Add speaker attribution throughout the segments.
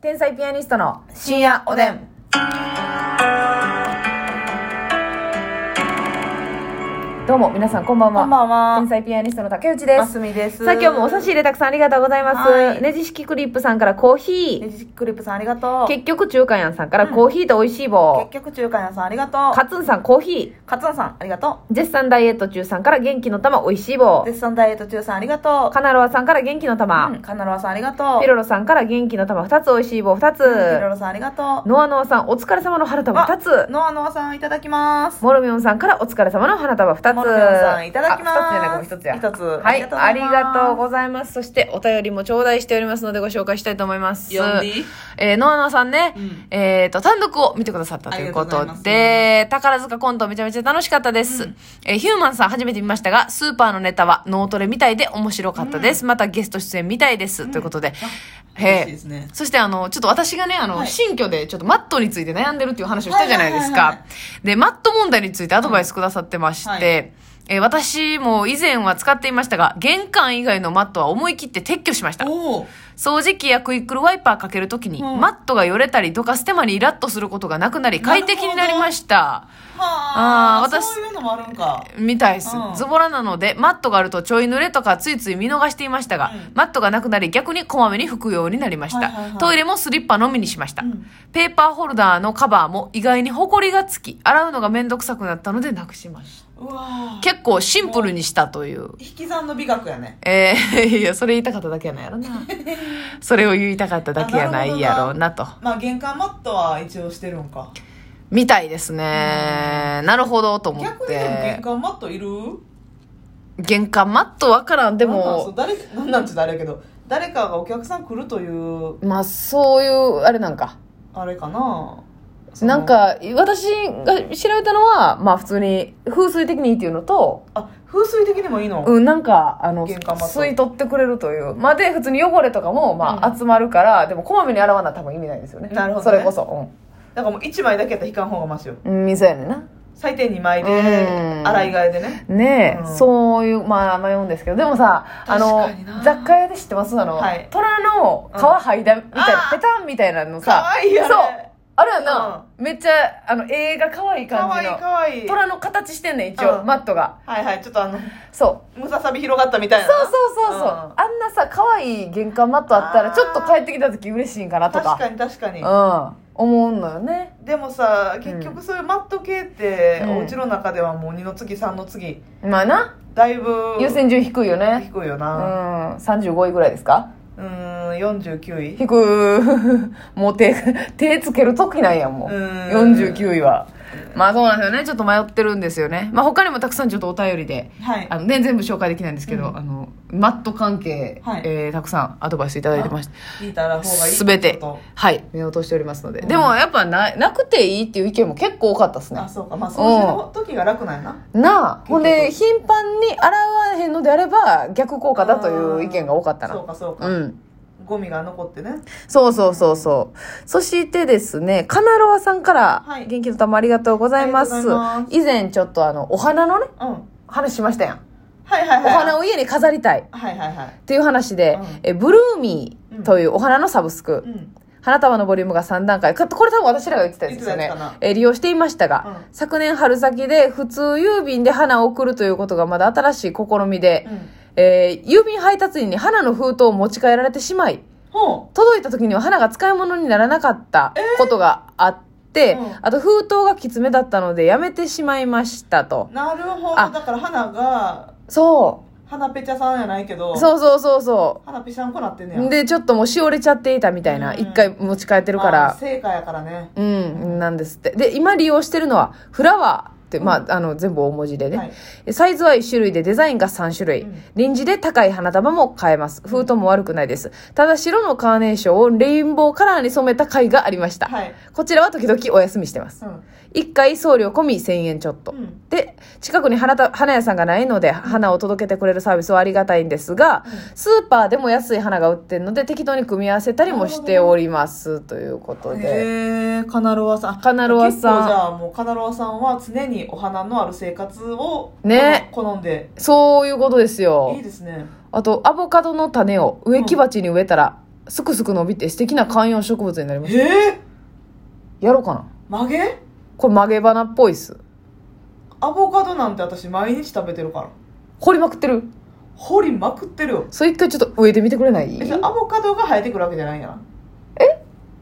Speaker 1: 天才ピアニストの深夜おでん。どうも皆さんこんばんは。
Speaker 2: こんばんは
Speaker 1: 天才ピアニストの竹内です。
Speaker 2: ますみです。
Speaker 1: さあ今日もお差し入れたくさんありがとうございま
Speaker 2: は
Speaker 1: す。
Speaker 2: い
Speaker 1: ねじ式クリップさんからコーヒ
Speaker 2: レ
Speaker 1: ー。
Speaker 2: ジクリップさんありがとう。結
Speaker 1: 結局中華やんさんからコーヒーと美味しい棒。
Speaker 2: 局中華屋さんありがと
Speaker 1: カ
Speaker 2: う。
Speaker 1: ツンさんコーヒ
Speaker 2: カツンさんありがと。
Speaker 1: ー。絶賛ダイエット中さんから元気の玉美味しいう棒。
Speaker 2: 絶賛ダイエット中さんありがとう。
Speaker 1: カナロアさんから元気の
Speaker 2: う
Speaker 1: 玉
Speaker 2: ん。カナロアさんありがとう。
Speaker 1: ピロロさんから元気の玉2つ美味しい棒2つ。
Speaker 2: ピロロさんありがとう。
Speaker 1: ノアノアさんお疲れ様の花束2つ。
Speaker 2: ノアノアさんいただきます。
Speaker 1: モルミョンさんからお疲れ様の花束2つ。
Speaker 2: モルミョンさんいただきます
Speaker 1: あ二つじゃない、ごめん一つや。
Speaker 2: 一つ
Speaker 1: はい、あ
Speaker 2: あ
Speaker 1: り
Speaker 2: り
Speaker 1: が
Speaker 2: が
Speaker 1: と
Speaker 2: と
Speaker 1: う
Speaker 2: う
Speaker 1: ご
Speaker 2: ご
Speaker 1: ざいます。そして、お便りも頂戴しておりますので、ご紹介したいと思います。
Speaker 2: 呼んでいい
Speaker 1: えー、ノアノアさんね、
Speaker 2: うん
Speaker 1: えっ、と、単独を見てくださったということ
Speaker 2: ありがとうござ
Speaker 1: で、宝塚コントめちゃめちゃ楽しかったです。えーヒューマンさん初めて見ましたが、スーパーのネタは脳トレみたいで面白かったです。またゲスト出演みたいです。ということで、
Speaker 2: 嬉しいですね
Speaker 1: そしてあの、ちょっと私がね、あの、
Speaker 2: はい
Speaker 1: 新居でちょっとマットについて悩んでるっていう話をしたじゃないです
Speaker 2: はいはいはい
Speaker 1: か
Speaker 2: は。
Speaker 1: で、マット問題についてアドバイスくださってまして、
Speaker 2: うんはい
Speaker 1: えー私も以前は使っていましたが、玄関以外のマットは思い切って撤去しました。
Speaker 2: おお。
Speaker 1: 掃除機やクイックルワイパーかけるときに、
Speaker 2: うん
Speaker 1: マットがよれたり、どかす手間にイラッとすることがなくなり、快適になりました。
Speaker 2: はあ。
Speaker 1: あー私
Speaker 2: そういうのもあるんか。
Speaker 1: みたいです、
Speaker 2: うん
Speaker 1: ズボラなので、マットがあるとちょい濡れとかついつい見逃していましたが、
Speaker 2: うん
Speaker 1: マットがなくなり逆にこまめに拭くようになりました。
Speaker 2: はいはいはい
Speaker 1: トイレもスリッパのみにしました、
Speaker 2: うん
Speaker 1: ペーパーホルダーのカバーも意外にホコリがつき、洗うのがめんどくさくなったのでなくしました。
Speaker 2: うわー
Speaker 1: 結構シンプルにしたという。
Speaker 2: 引き算の美学やね。
Speaker 1: えー、 いや、それ言いたかっただけやないやろ な。それを言いたかっただけやないやろうなと。
Speaker 2: まあ玄関マットは一応してるんか。
Speaker 1: みたいですね。なるほど、と思っ
Speaker 2: 逆にでも
Speaker 1: て
Speaker 2: 玄。関マットいる
Speaker 1: 玄関マットわからん。で
Speaker 2: なんかそう
Speaker 1: も、
Speaker 2: 誰、なんなんちゅう誰やけど、誰かがお客さん来るという、
Speaker 1: まあ、そういう、あれなんか。
Speaker 2: あれかな。その
Speaker 1: なん、か、私が調べたのは、まあ普通に、風水的にいいっていうのと、
Speaker 2: あ、風水的にもいいの、
Speaker 1: うん、なんか、あの、
Speaker 2: 玄関マット
Speaker 1: 吸い取ってくれるという。まあで、普通に汚れとかも、ま
Speaker 2: う
Speaker 1: あ集まるから、でもこまめに洗わな多分意味ないですよね。
Speaker 2: なるほど
Speaker 1: そ
Speaker 2: ね
Speaker 1: れこそ。
Speaker 2: だからもう1枚だけやったら引かん方がマシよ。
Speaker 1: うん。うん、店やねんな。
Speaker 2: 最低2枚で、
Speaker 1: うん
Speaker 2: 洗い替えでね。
Speaker 1: ねえ、
Speaker 2: うん
Speaker 1: そういう、まあ迷うんですけど、でもさ、あの
Speaker 2: 確かにな、
Speaker 1: 雑貨屋で知ってますあの、
Speaker 2: はい
Speaker 1: 虎の皮剥いだみたいな
Speaker 2: あ、ー
Speaker 1: ペタンみたいなの
Speaker 2: か
Speaker 1: さ、
Speaker 2: わいいや
Speaker 1: そう
Speaker 2: ね。
Speaker 1: あれやな、めっちゃ、あの、映画可愛い
Speaker 2: か
Speaker 1: 感
Speaker 2: わ
Speaker 1: じ
Speaker 2: いいか
Speaker 1: の。
Speaker 2: わいい。は
Speaker 1: 虎の形してんねん、一応、
Speaker 2: うん
Speaker 1: マットが。
Speaker 2: いはい、ちょっとあの、
Speaker 1: そう。
Speaker 2: ムササビ広がったみたいな。
Speaker 1: そうそうそうそう、
Speaker 2: うん
Speaker 1: あんなさ可愛い玄関マットあったら
Speaker 2: あー
Speaker 1: ちょっと帰ってきた時嬉しいんかなとか
Speaker 2: 確かに確かに。
Speaker 1: うん思うのよね
Speaker 2: でもさ、結局そういうマット系って、
Speaker 1: うん
Speaker 2: お家の中ではもう2の次、3の次、
Speaker 1: まあな
Speaker 2: だいぶ
Speaker 1: 優先順位低いよね
Speaker 2: 低いよ
Speaker 1: う
Speaker 2: な。
Speaker 1: ん35位ぐらいですか
Speaker 2: うーん、49位。
Speaker 1: 低い もう手手つける時なんやもう
Speaker 2: うん
Speaker 1: 49位はまあそうなんですよねちょっと迷ってるんですよねまあ他にもたくさんちょっとお便りで
Speaker 2: はい
Speaker 1: あ。のね、全部紹介できないんですけど、
Speaker 2: うん
Speaker 1: あのマット関係、
Speaker 2: はい
Speaker 1: えーたくさんアドバイスいただいてました
Speaker 2: 聞いたら方がいい。
Speaker 1: すべて
Speaker 2: こと、
Speaker 1: はい、目を通しておりますので。
Speaker 2: うん
Speaker 1: でもやっぱな、なくていいっていう意見も結構多かったですね
Speaker 2: あ、。そうか。まあ、掃除の時が楽なんやな。
Speaker 1: なあ、ほんで、
Speaker 2: 結
Speaker 1: 頻繁に洗わへんのであれば、逆効果だという意見が多かった
Speaker 2: そう
Speaker 1: な。
Speaker 2: か、そうか。
Speaker 1: うん。
Speaker 2: ゴミが残ってね。
Speaker 1: そうそうそうそう。そしてですね、カナロアさんから
Speaker 2: は、い
Speaker 1: 元気の玉ありがとうございます。
Speaker 2: ありがとうございま
Speaker 1: 以前ちょっとあの、お花のね、
Speaker 2: うん。
Speaker 1: 話しましたやん。
Speaker 2: はいはいはい。
Speaker 1: お花
Speaker 2: を。
Speaker 1: を家に飾りたいっ
Speaker 2: はいはいはい。
Speaker 1: ていう話で、
Speaker 2: うん
Speaker 1: えブルーミーというお花のサブスク。
Speaker 2: うん。
Speaker 1: 花束のボリュームが3段階。かこれ多分私らが言ってたやつですよね
Speaker 2: 言ってたやつかな。
Speaker 1: えー利用していましたが、
Speaker 2: う
Speaker 1: 昨年春先で普通郵便で花を送るということがまだ新しい試みで、
Speaker 2: うん。
Speaker 1: えー郵便配達員に花の封筒を持ち帰られてしまい、
Speaker 2: ほ
Speaker 1: 届いた時には花が使い物にならなかったことがあって、
Speaker 2: うん
Speaker 1: あと封筒がきつめだったのでやめてしまいましたと
Speaker 2: う。。なるほど。
Speaker 1: あ
Speaker 2: だから花が、
Speaker 1: そ
Speaker 2: 花ペチャさんやないけど、
Speaker 1: う。そうそうそうそ
Speaker 2: 花ペシャンこなってんねや。
Speaker 1: う。で、ちょっともうしおれちゃっていたみたいな。
Speaker 2: うん
Speaker 1: 一、回持ち帰ってるから。
Speaker 2: まあ成果やからね。
Speaker 1: うん、なんですって。で、今利用してるのは、フラワーって、まあ、あの、全部大文字でね。
Speaker 2: はい
Speaker 1: サイズは1種類で、デザインが3種類。
Speaker 2: うん
Speaker 1: 臨時で高い花束も買えます。封筒も悪くないです。ただ、白のカーネーションをレインボーカラーに染めた回がありました。
Speaker 2: はい。
Speaker 1: こちらは時々お休みしてます。
Speaker 2: うん。
Speaker 1: 1回送料込み1000円ちょっと。
Speaker 2: うん。
Speaker 1: で、近くに花た花屋さんがないので、花を届けてくれるサービスはありがたいんですが、スーパーでも安い花が売ってるので、適当に組み合わせたりもしております。ということで。
Speaker 2: へえ、カナロアさん。
Speaker 1: カナロアさん
Speaker 2: 結構じゃあもうカナロアさんは常にお花のある生活を
Speaker 1: ね
Speaker 2: 好んで。
Speaker 1: そういうことですよ
Speaker 2: いい。ですね。
Speaker 1: あと、アボカドの種を植木鉢に植えたら、すくすく伸びて素敵な観葉植物になりまし
Speaker 2: ええ
Speaker 1: たやろうかな
Speaker 2: 曲げ
Speaker 1: これ曲げ花っぽいっす
Speaker 2: アボカドなんて私毎日食べてるから
Speaker 1: 掘りまくってる
Speaker 2: 掘りまくってるよ
Speaker 1: それ一回ちょっと植えてみてくれない
Speaker 2: えじゃあアボカドが生えてくるわけじゃないんやな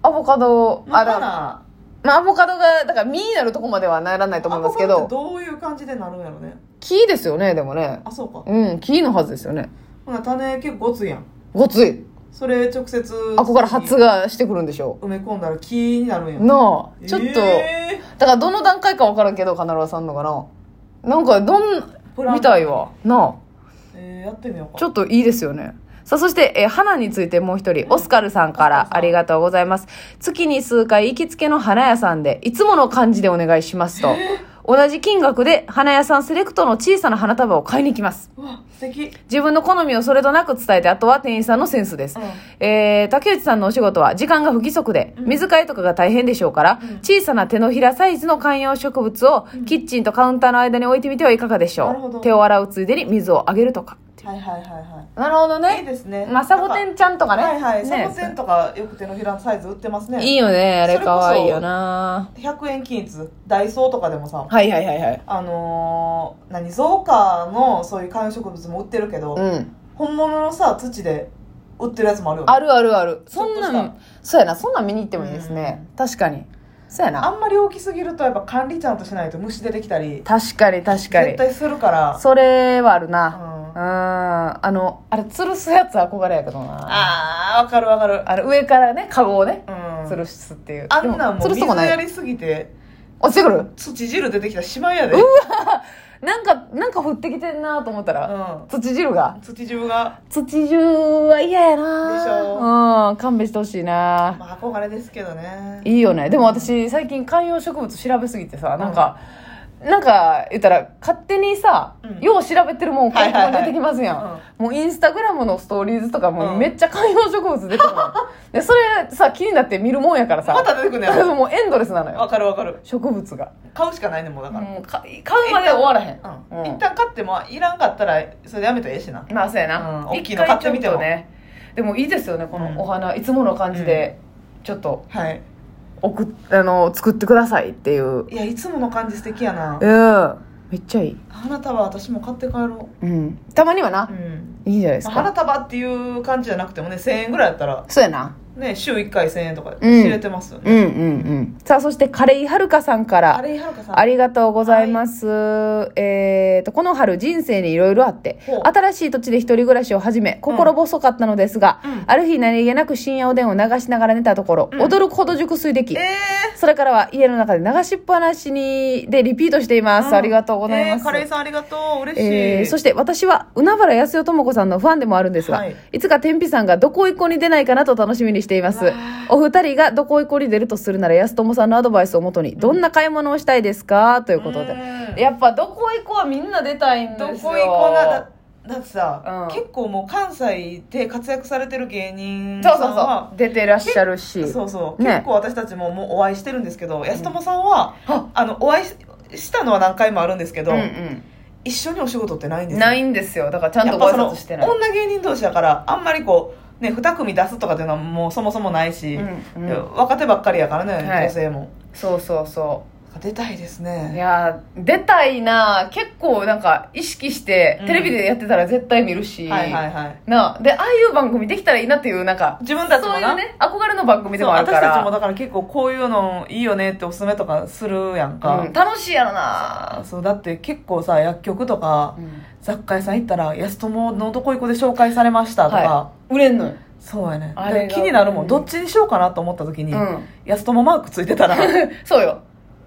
Speaker 1: アボカド
Speaker 2: ま
Speaker 1: あ
Speaker 2: あ
Speaker 1: だか
Speaker 2: だ
Speaker 1: ら
Speaker 2: な
Speaker 1: まあアボカドがだから実になるとこまではならないと思いますけ
Speaker 2: アボ
Speaker 1: ど
Speaker 2: カドってどういう感じでなるんやろね
Speaker 1: 木ですよねでもね
Speaker 2: あそうか
Speaker 1: うん木のはずですよね
Speaker 2: ほな種結構ごついやん
Speaker 1: ごつい
Speaker 2: それ直接
Speaker 1: あここから発芽してくるんでしょ
Speaker 2: 埋め込んだら木になるんや
Speaker 1: うなあちょっと、
Speaker 2: え
Speaker 1: だからどの段階か分からんけどカナロアさんのかななんかどん
Speaker 2: ープラン
Speaker 1: みたいわな
Speaker 2: えーやってみよう
Speaker 1: あ
Speaker 2: か
Speaker 1: ちょっといいですよねさあそして、えー花についてもう一人、オスカルさんか
Speaker 2: オスカル
Speaker 1: ら
Speaker 2: さん
Speaker 1: ありがとうございます。月に数回行きつけの花屋さんで、いつもの感じでお願いしますと、同じ金額で花屋さんセレクトの小さな花束を買いに行きます。
Speaker 2: うわ素敵
Speaker 1: 自分の好みをそれとなく伝えて、あとは店員さんのセンスです。
Speaker 2: う
Speaker 1: えー竹内さんのお仕事は時間が不規則で、
Speaker 2: うん
Speaker 1: 水替えとかが大変でしょうから、
Speaker 2: うん
Speaker 1: 小さな手のひらサイズの観葉植物をキッチンとカウンターの間に置いてみてはいかがでし
Speaker 2: なる
Speaker 1: ょ
Speaker 2: ほ
Speaker 1: う、
Speaker 2: ど
Speaker 1: 手を洗うついでに水をあげるとか
Speaker 2: んはいはいは
Speaker 1: なるほど
Speaker 2: いはいいいですね
Speaker 1: まあ、サボテンちゃんとかね。
Speaker 2: はいはい、
Speaker 1: ね
Speaker 2: サボテンとかよく手のひらのサイズ売ってますね
Speaker 1: いいよね、あれ
Speaker 2: それこそ
Speaker 1: 可愛いよな。
Speaker 2: 100円均一ダイソーとかでもさ
Speaker 1: はいはいはいはい。
Speaker 2: あのー、何造花のそういう観葉植物も売ってるけど、
Speaker 1: うん。
Speaker 2: 本物のさ土で売ってるやつもあるよね
Speaker 1: あるあるある。そんな
Speaker 2: ちょっと
Speaker 1: ん、そうやな、そんなん見に行ってもいいですね。確かに。そうや
Speaker 2: あ
Speaker 1: な。
Speaker 2: んまり大きすぎるとやっぱ管理ちゃんとしないと虫出てきたり
Speaker 1: 確かに確か
Speaker 2: 絶
Speaker 1: に。
Speaker 2: 対するから
Speaker 1: それはある
Speaker 2: う
Speaker 1: な。うんん。あの、あれ、吊るすやつ憧れやけどな。あ
Speaker 2: あーわかるわかる
Speaker 1: れ、上からね、カゴをね、
Speaker 2: うん
Speaker 1: 吊るすっていう。
Speaker 2: あんなんも
Speaker 1: で吊るす
Speaker 2: う水
Speaker 1: とこな
Speaker 2: や
Speaker 1: い。
Speaker 2: りすぎて
Speaker 1: 落ちてくる
Speaker 2: 土汁出てきたらしまいやで
Speaker 1: なんか、なんか降ってきてんなと思ったら、
Speaker 2: う
Speaker 1: 土汁が
Speaker 2: ん、。土汁が、
Speaker 1: 土汁は嫌やな
Speaker 2: でし
Speaker 1: うん勘弁してほしいな
Speaker 2: まあ、憧れですけどね
Speaker 1: いいよねでも私最近観葉植物調べすぎてさなんか、なんか言ったら勝手にさ、
Speaker 2: うん
Speaker 1: よう調べてるもんこう
Speaker 2: はいはいはい
Speaker 1: 出てきますやん、もうインスタグラムのストーリーズとかも
Speaker 2: うん
Speaker 1: めっちゃ観葉植物出てくるの、 でそれさ気になって見るもんやからさ
Speaker 2: また出てくんねや ろ
Speaker 1: もうエンドレスなの
Speaker 2: わ
Speaker 1: よ
Speaker 2: かるわかる
Speaker 1: 植物が
Speaker 2: 買うしかないねんもうだから、
Speaker 1: もうか買うまで終わらへん、
Speaker 2: うん
Speaker 1: うん
Speaker 2: 一旦買ってもいらんかったらそれでやめたらええしな
Speaker 1: まあそうや
Speaker 2: うん
Speaker 1: な、
Speaker 2: 大きいの買ってみても
Speaker 1: 一回ちょとねでもいいですよねこ
Speaker 2: うん
Speaker 1: のお花、いつもの感じでちょっと
Speaker 2: はい
Speaker 1: 送っあの作ってくださいっていう
Speaker 2: いやいつもの感じ素敵やな
Speaker 1: うんめっちゃいい、
Speaker 2: 花束私も買って帰ろ
Speaker 1: うん、たまにはな
Speaker 2: う、う、ん
Speaker 1: いいんじゃないです
Speaker 2: まあ
Speaker 1: か、
Speaker 2: 花束っていう感じじゃなくてもね1000円ぐらいやったら
Speaker 1: そうやな
Speaker 2: ね週1回1000円とか知
Speaker 1: うん
Speaker 2: れてますよね、
Speaker 1: うんうんうんさあそしてカレイはるかさんか
Speaker 2: あ
Speaker 1: ら
Speaker 2: れはるかさん
Speaker 1: ありがとうございます、えー、とこの春人生にいろいろあって
Speaker 2: ほう
Speaker 1: 新しい土地で一人暮らしを始め心細かったのですが、
Speaker 2: うん
Speaker 1: ある日何気なく深夜おでんを流しながら寝たところ、
Speaker 2: うん
Speaker 1: 驚くほど熟睡でき、
Speaker 2: ええ
Speaker 1: それからは家の中で流しっぱなしにでリピートしています、ありがとうございま
Speaker 2: えー
Speaker 1: す、
Speaker 2: カレーさんありがとう嬉しい、
Speaker 1: えーそして私は海原康代智子さんのファンでもあるんですが、
Speaker 2: はい
Speaker 1: い、つか天日さんがどこ行こに出ないかなと楽しみにしていま
Speaker 2: うわ
Speaker 1: すお二人がどこ行こに出るとするなら康友さんのアドバイスをもとにどんな買い物をしたいですか、ということで
Speaker 2: うん
Speaker 1: やっぱどこ行こはみんな出たいんです
Speaker 2: ど
Speaker 1: よ
Speaker 2: こ行こうなだだってさ、
Speaker 1: うん
Speaker 2: 結構もう関西で活躍されてる芸人
Speaker 1: そう
Speaker 2: さん
Speaker 1: そう
Speaker 2: は
Speaker 1: そう出てらっしゃるし
Speaker 2: そうそう
Speaker 1: ね
Speaker 2: 結構私たちももうお会いしてるんですけど、安友さんは
Speaker 1: あ
Speaker 2: あのお会いししたのは何回もあるんですけど、
Speaker 1: うんうん
Speaker 2: 一緒にお仕事ってないんですよ
Speaker 1: ないんですよだからちゃん
Speaker 2: や
Speaker 1: と
Speaker 2: っ
Speaker 1: ご
Speaker 2: ぱ
Speaker 1: 挨
Speaker 2: その
Speaker 1: 拶してない
Speaker 2: 女芸人同士だからあんまりこうね2組出すとかっていうのはもうそもそもないし、
Speaker 1: うんうん
Speaker 2: 若手ばっかりやからね、
Speaker 1: はい
Speaker 2: 女性も
Speaker 1: そうそうそう
Speaker 2: 出たいです
Speaker 1: い
Speaker 2: ね
Speaker 1: やー出たいな結構なんか意識して、
Speaker 2: うん
Speaker 1: テレビでやってたら絶対見るし、
Speaker 2: はいはいはい
Speaker 1: なあでああいう番組できたらいいなっていうなんか
Speaker 2: 自分たちも
Speaker 1: そうい
Speaker 2: な
Speaker 1: うね憧れの番組でもある
Speaker 2: そ
Speaker 1: か
Speaker 2: う私たちも
Speaker 1: ら
Speaker 2: だから結構こういうのいいよねっておすすめとかするやんか、
Speaker 1: うん楽しいやろな
Speaker 2: そうだって結構さ薬局とか雑貨屋さん行ったら「安友のどこ行こで紹介されました」とか、
Speaker 1: はい、売れんのよ、
Speaker 2: そうやね
Speaker 1: あれが
Speaker 2: で気になるもん、
Speaker 1: うん
Speaker 2: どっちにしようかなと思った時に、
Speaker 1: うん、
Speaker 2: 安友マークついてたら
Speaker 1: そうよ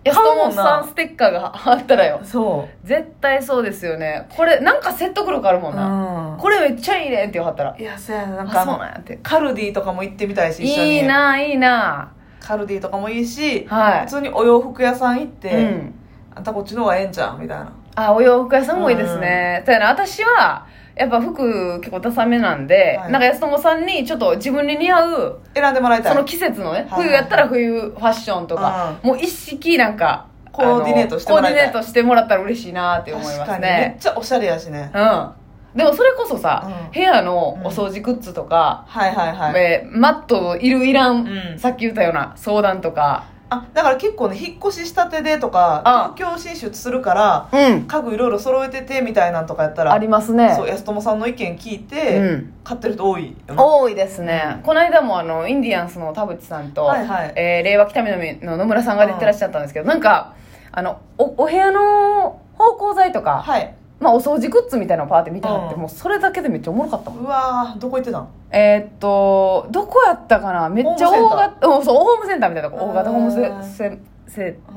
Speaker 1: 安友
Speaker 2: 買うもん
Speaker 1: さ
Speaker 2: なん
Speaker 1: ステッカーがあったらよ
Speaker 2: そ
Speaker 1: 絶対そうですよねこれなんか説得力あるも
Speaker 2: う、
Speaker 1: んな、
Speaker 2: うん
Speaker 1: これめっちゃいいねって言わはったら
Speaker 2: いやそうやねなんか
Speaker 1: あ
Speaker 2: あ
Speaker 1: そう
Speaker 2: の
Speaker 1: なんやって
Speaker 2: カルディとかも行ってみたいし一緒に
Speaker 1: いいないいな
Speaker 2: カルディとかもいいし、
Speaker 1: はい
Speaker 2: 普通にお洋服屋さん行って、
Speaker 1: うん
Speaker 2: あんたこっちの方がええんちゃうみたいな
Speaker 1: あお洋服屋さんもいいですね、そうやな私はやっぱ服結構ダサめなんで、
Speaker 2: はい
Speaker 1: なんか安友さんにちょっと自分に似合う
Speaker 2: 選んでもらいたい
Speaker 1: その季節のね、
Speaker 2: はい
Speaker 1: 冬やったら冬ファッションとか、もう一式なんか
Speaker 2: コーディネートしてもらいたい
Speaker 1: あのコーディネートしてもらったら嬉しいなって思います
Speaker 2: 確かにめ
Speaker 1: ね
Speaker 2: っちゃおしゃれやしね
Speaker 1: うんでもそれこそさ、
Speaker 2: うん
Speaker 1: 部屋のお掃除グッズとか、
Speaker 2: はいはいはい、
Speaker 1: えーマットいるいらん、
Speaker 2: うん
Speaker 1: さっき言ったような相談とか
Speaker 2: あだから結構ね引っ越ししたてでとか
Speaker 1: あ
Speaker 2: 東京進出するから
Speaker 1: うん
Speaker 2: 家具いろいろ揃えててみたいなんとかやったら
Speaker 1: ありますね
Speaker 2: そう安友さんの意見聞いて、
Speaker 1: うん
Speaker 2: 買ってる人多いよね
Speaker 1: 多いですね、この間もあのインディアンスの田淵さんと、
Speaker 2: はいはい
Speaker 1: えー令和北南の野村さんが出てらっしゃったんですけど、なんかあのおお部屋の芳香剤とか、
Speaker 2: はい
Speaker 1: まあ、お掃除グッズみたいなのパーって見てはって、
Speaker 2: うん
Speaker 1: もうそれだけでめっちゃおもろかったもん
Speaker 2: うわーどこ行ってたん
Speaker 1: えーっとどこやったかなめっちゃ
Speaker 2: ホーム
Speaker 1: 大
Speaker 2: セン
Speaker 1: 型うんそうホームセンターみたいなとこ
Speaker 2: うん
Speaker 1: 大型ホームセセ
Speaker 2: う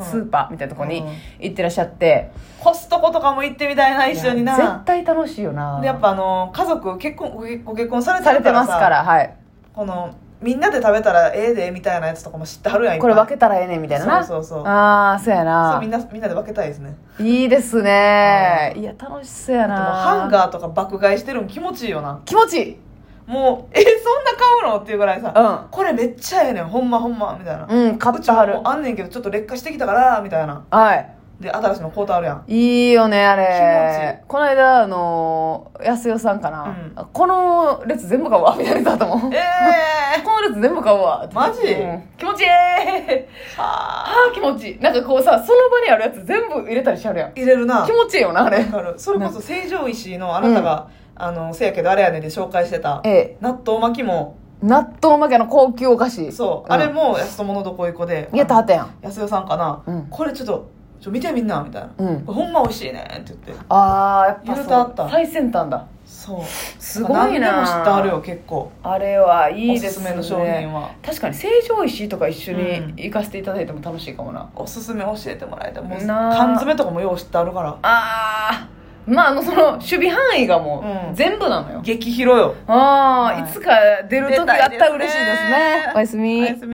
Speaker 2: ん
Speaker 1: スーパーみたいなとこに
Speaker 2: うん
Speaker 1: 行ってらっしゃって、
Speaker 2: コストコとかも行ってみたいな一緒に
Speaker 1: いや絶
Speaker 2: な
Speaker 1: 対楽しいよな
Speaker 2: でやっぱあの家族結婚ご結ご結婚されて
Speaker 1: さ
Speaker 2: る
Speaker 1: れて
Speaker 2: から
Speaker 1: ます
Speaker 2: さ
Speaker 1: からはい
Speaker 2: このみんなで食べたらええでみたいなやつとかも知ってはるやん
Speaker 1: これ分
Speaker 2: け
Speaker 1: けたらええねんみたいなな
Speaker 2: そうそうそう
Speaker 1: ああそうや
Speaker 2: そう
Speaker 1: な
Speaker 2: みんなみんなで分けたいですね
Speaker 1: いいですねいや楽しそうや
Speaker 2: でも
Speaker 1: な
Speaker 2: ハンガーとか爆買いしてるん気持ちいいよな
Speaker 1: 気持ちいい
Speaker 2: もうえそんな買うのっていうぐらいさ、
Speaker 1: うん
Speaker 2: これめっちゃええねんほんまほんまみたいな、
Speaker 1: うん買っては
Speaker 2: う
Speaker 1: る
Speaker 2: ちももうあんねんけどちょっと劣化してきたからみたいな
Speaker 1: はい
Speaker 2: で新しいの買うたあるやん
Speaker 1: いいよねあ
Speaker 2: 気持
Speaker 1: れこの間あのー安代さんかな、この列全部買うわみたいなやつだったもん
Speaker 2: ええ
Speaker 1: この列全部買うわ
Speaker 2: マジ
Speaker 1: うん気持ちいいは
Speaker 2: ー、はあ
Speaker 1: あ気持ちいいなんかこうさその場にあるやつ全部入れたりしはるやん
Speaker 2: 入れるな
Speaker 1: 気持ちいいよなあれ
Speaker 2: わかるそれこそ成城石井のあなたが、あのせやけどあれやねんで紹介してた、
Speaker 1: ええ
Speaker 2: 納豆巻きも
Speaker 1: 納豆巻きの高級お菓子
Speaker 2: そう、
Speaker 1: ん
Speaker 2: あれも安友のどこいこで
Speaker 1: いやたはてやん
Speaker 2: 安代さんかな、
Speaker 1: うん
Speaker 2: これちょっとちょ見てみんなみたいな、
Speaker 1: うん
Speaker 2: これほんま美味しいねって言って
Speaker 1: あーやっぱそう
Speaker 2: 言うとあった
Speaker 1: 最先端だ
Speaker 2: そう
Speaker 1: すごいな
Speaker 2: 何でも知ってあるよ結構
Speaker 1: あれはいい
Speaker 2: お
Speaker 1: ですす
Speaker 2: す
Speaker 1: ね
Speaker 2: めの商品は
Speaker 1: 確かに成城石井とか一緒に行かせていただいても楽しいかもな、
Speaker 2: おすすめ教えてもらえたもう
Speaker 1: なあ
Speaker 2: 缶詰とかもよう知ってあるから
Speaker 1: ああまああのその守備範囲がも
Speaker 2: うん
Speaker 1: う全部なのよ、
Speaker 2: 激広よ
Speaker 1: ああ、
Speaker 2: はい
Speaker 1: いつか出る時があったら嬉しいですね
Speaker 2: 出たいですね
Speaker 1: おやすみ
Speaker 2: おやすみ